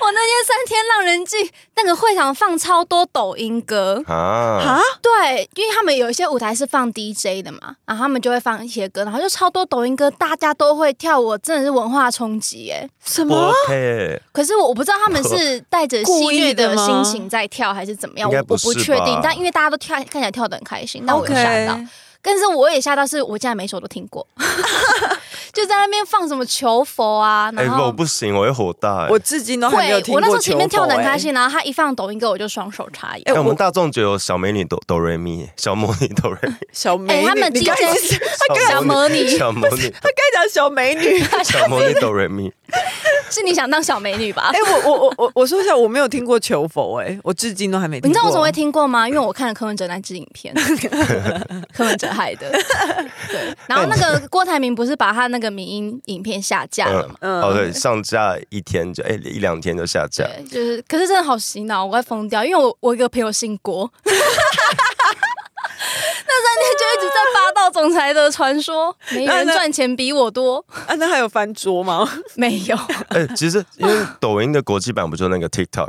C: 我那天三天浪人记那个会场放超多抖音歌，
B: 啊！
C: 对，因为他们有一些舞台是放 DJ 的嘛，然后他们就会放一些歌，然后就超多抖音歌，大家都会跳舞，真的是文化冲击哎。
A: 什
B: 不？OK，
C: 可是我我不知道他们 是带着戏谑的心情在跳还是怎么样，
B: 故意
C: 我
B: 的吗
C: 我不确
B: 应该不是
C: 定
B: 吧。
C: 但因为大家都跳，看起来跳的很开心，但我有
A: OK，
C: 吓到。但是我也吓到，是我竟然每首都听过， 就在那边放什么求佛啊，
B: 哎、
C: 然后、
B: 我不行，我会火大、哎
A: 我至今都还没有
C: 会，
A: 听
C: 我
A: 过
C: 那
A: 球
C: 时
A: 否、
C: 候前面跳的很开
A: 哎
C: 心，然后他一放抖音歌，我就双手叉
A: 哎、
C: 腰。
B: 哎、我
A: 我
B: 们大众觉得有小美女哆哆瑞咪，小魔女哆瑞 咪，
A: 小美女，
C: 哎他们
A: 你
C: 今
A: 刚才
C: 天
B: 小魔女，小魔女，
A: 他该讲小美女。
B: 小魔女哆瑞咪，
C: 是你想当小美女吧？
A: 哎、我我我我我说一下，我没有听过求佛、哎，我至今都还没听过。
C: 你知道我怎么会听过吗？因为我看了柯文哲那支影 片，柯文哲害的。对，然后那个郭台铭不是把他那个民音影片下架
A: 呃
C: 了吗？
B: 嗯，哦对，上架一天就哎、一两天就下架，
C: 对，就是，可是真的好洗脑，我快疯掉，因为我我有一个朋友姓郭， 那三天就一直在霸道总裁的传说，没人赚钱比我多，
A: 啊？那还有翻桌吗？
C: 没有，
B: 哎、其实因为抖音的国际版不就那个 TikTok，、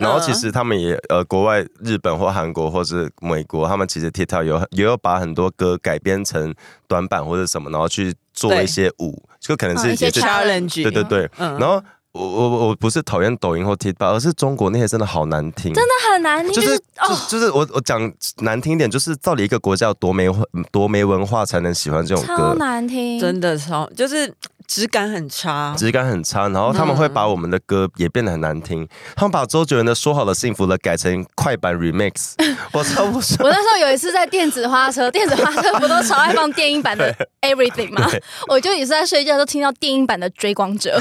B: 然
C: 嗯
B: 后其实他们也呃，国外日本或韩国或是美国，他们其实 TikTok 有也有把很多歌改编成短版或者什么，然后去做
A: 对
B: 一些舞，就可能是
C: 嗯一些
B: 也是
C: challenge
B: 对对对，
A: 嗯
B: 然后我我我不是讨厌抖音或 TikTok，而是中国那些真的好难听，
C: 真的很难听，
B: 就
C: 就是是
B: 就
C: 哦，
B: 就是我我讲难听一点，就是到底一个国家有多没多没文化才能喜欢这种
C: 超
B: 歌，
C: 难听，
A: 真的超就是质感很差。
B: 质感很差。然后他们会把我们的歌也变得很难
C: 嗯
B: 听，他们把周杰伦的《说好的幸福》了改成快版 remix，我超不爽。
C: 我那时候有一次在电子花车，电子花车不都超爱放电音版的 Everything 吗？我就也是在睡觉都听到电音版的《追光者》，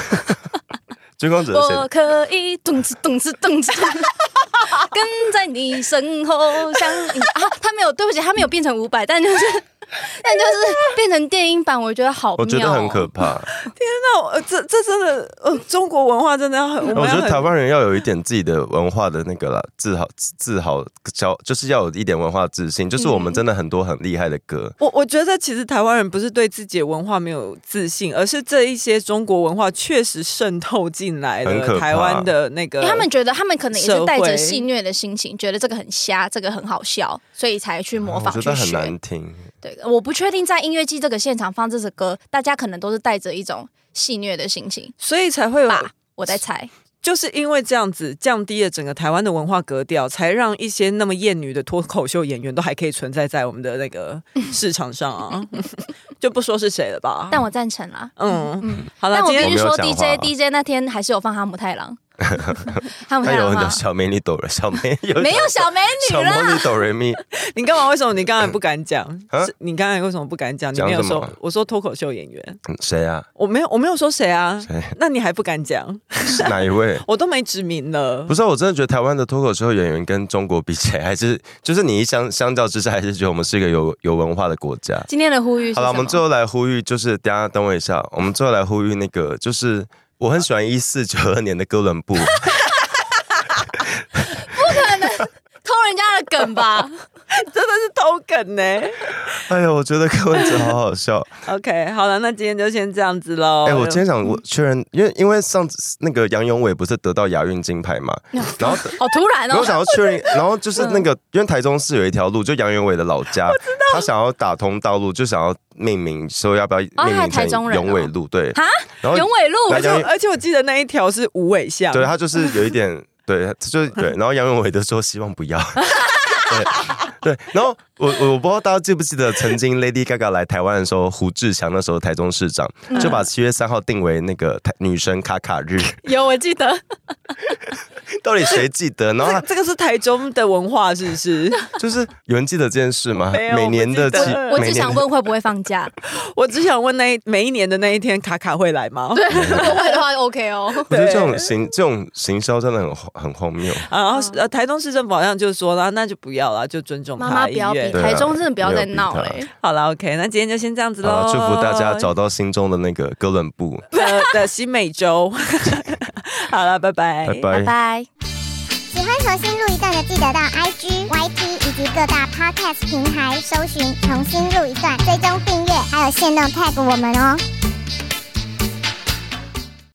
B: 追光者是谁
C: 我可以动次动次动次，跟在你身后相迎啊！他没有，对不起，他没有变成五百，但就是 但就是变成电音版，我觉得好妙哦、
B: 我觉得很可怕。
A: 那我呃这这真的，呃，中国文化真的很，我
C: 哦
B: 我
A: 们
B: 觉
A: 要
B: 得台
A: 很
B: 湾人要有一点自己的文化的那个啦，自豪自自豪，小就是要有一点文化自
C: 嗯
B: 信。就是我们真的很多很厉害的歌，
A: 我我觉得其实台湾人不是对自己的文化没有自信，而是这一些中国文化确实渗透进来
B: 很可
A: 了
B: 怕
A: 台湾的那个。
B: 呃
C: 因为他们觉得他们可能也是带
A: 社
C: 着
A: 会
C: 戏谑的心情，觉得这个很瞎，这个很好笑，所以才去模
B: 我
C: 仿
B: 觉
C: 去
B: 得很
C: 学。
B: 难听。
C: 对，我不确定在音乐季这个现场放这首歌，大家可能都是带着一种戏谑的心情
A: 所以才会有，
C: 吧，我在猜。
A: 就是因为这样子降低了整个台湾的文化格调，才让一些那么艳女的脱口秀演员都还可以存在在我们的那个市场上 啊，就不说是谁了吧。
C: 但我赞成啦。
A: 嗯
C: 嗯，
A: 好了，
C: 但我
A: 今
C: 必
A: 天
C: 须
B: 我没有
C: 说
B: 讲话
C: ，DJ DJ 那天还是有放哈姆 太郎，哈
B: 那
C: 姆太
B: 有
C: 郎
B: 很多
C: 吗？
B: 小美女抖了，小美有
C: 啊没有小美女
B: 小
C: 啊啦，
B: 魔女哆瑞咪，
A: 你干嘛？为什么你刚才不敢讲？
B: 啊
A: 是你刚才为什么不敢讲？你
B: 讲
A: 没有
B: 什么啊
A: 说，我说脱口秀演员，
B: 嗯谁啊？
A: 我没有，我没有说谁啊
B: 谁？
A: 那你还不敢讲？
B: 是哪一位？
A: 我都没指名了
B: 不。是，啊我真的觉得台湾的脱口秀演员跟中国比起来，还是就是你一相相较之下，还是觉得我们是一个有有文化的国家。
C: 今天的呼吁是
B: 好了，
C: 什
B: 我们
C: 么？
B: 最后来呼吁，就是等一下等我一下，我们最后来呼吁那个，就是我很喜欢一四九二年的哥伦 布，
C: 偷人家的 梗吧，
A: 真的是偷梗呢、
B: 哎呀，我觉得柯文哲好好
C: 哦
B: 笑。
A: OK，好了，那今天就先这样子喽。
B: 哎、我今天
C: 嗯
B: 想我确认，因为因为上次那个杨永伟不是得到亚运金牌嘛，
C: 哦
B: 然后。
C: 好突然
B: 然后
C: 哦
B: 我。想要确认，然后就是
C: 嗯
B: 那个，因为台中市有一条路，就杨元伟的老家，他想要打通道路，就想要命名，说要不要
C: 他
B: 命名
C: 还台
B: 成
C: 中人哦
B: 永伟路？对，
C: 哈，
B: 然后
C: 永伟路
B: 来
A: 而且
B: 杨
A: 我而且我记得那一条是无尾巷，
B: 对他就是有一点， 对，他就是 对。然后杨永伟就说希望不要。 对对，然后我我不知道大家记不记得，曾经 Lady Gaga 来台湾的时候，胡志强那时候台中市长
C: 嗯
B: 就把七月三号定为那个台女神卡卡日，
C: 有我记得，
B: 到底谁记得？然后
A: 这
B: 他
A: 这个是台中的文化是不 是？
B: 就是有人记得这件事吗？
A: 没有
B: 每年的
A: 我不记
B: 七，
A: 得
C: 我
B: 每年
C: 只想问会不会 放假？
A: 我只想问那一每一年的那一天，卡卡会来吗？对，
C: 如果会的话，OK 哦。
B: 我觉得这种
A: 对
B: 行这种行销真的很荒很荒谬。
A: 然后呃，台中市政府好像就说了，那就不要了，就尊重
C: 嗯妈妈
A: 他
C: 不
A: 意
C: 要比
A: 愿。
B: 对啊
C: 台中，真的不要再
B: 没有比
C: 闹
B: 他
C: 了。欸
A: 好了，OK，那今天就先这样子哎
B: 好
A: 喽
B: 了，。祝福大家找到心中的那个哥伦布，
A: 的的新美洲。 好了，拜拜，
B: 拜
C: 拜拜。
D: 喜欢重新录一段的，记得到 IG、YT 以及各大 Podcast 平台搜寻“重新录一段”，追踪订阅，还有限定 tag 我们哦。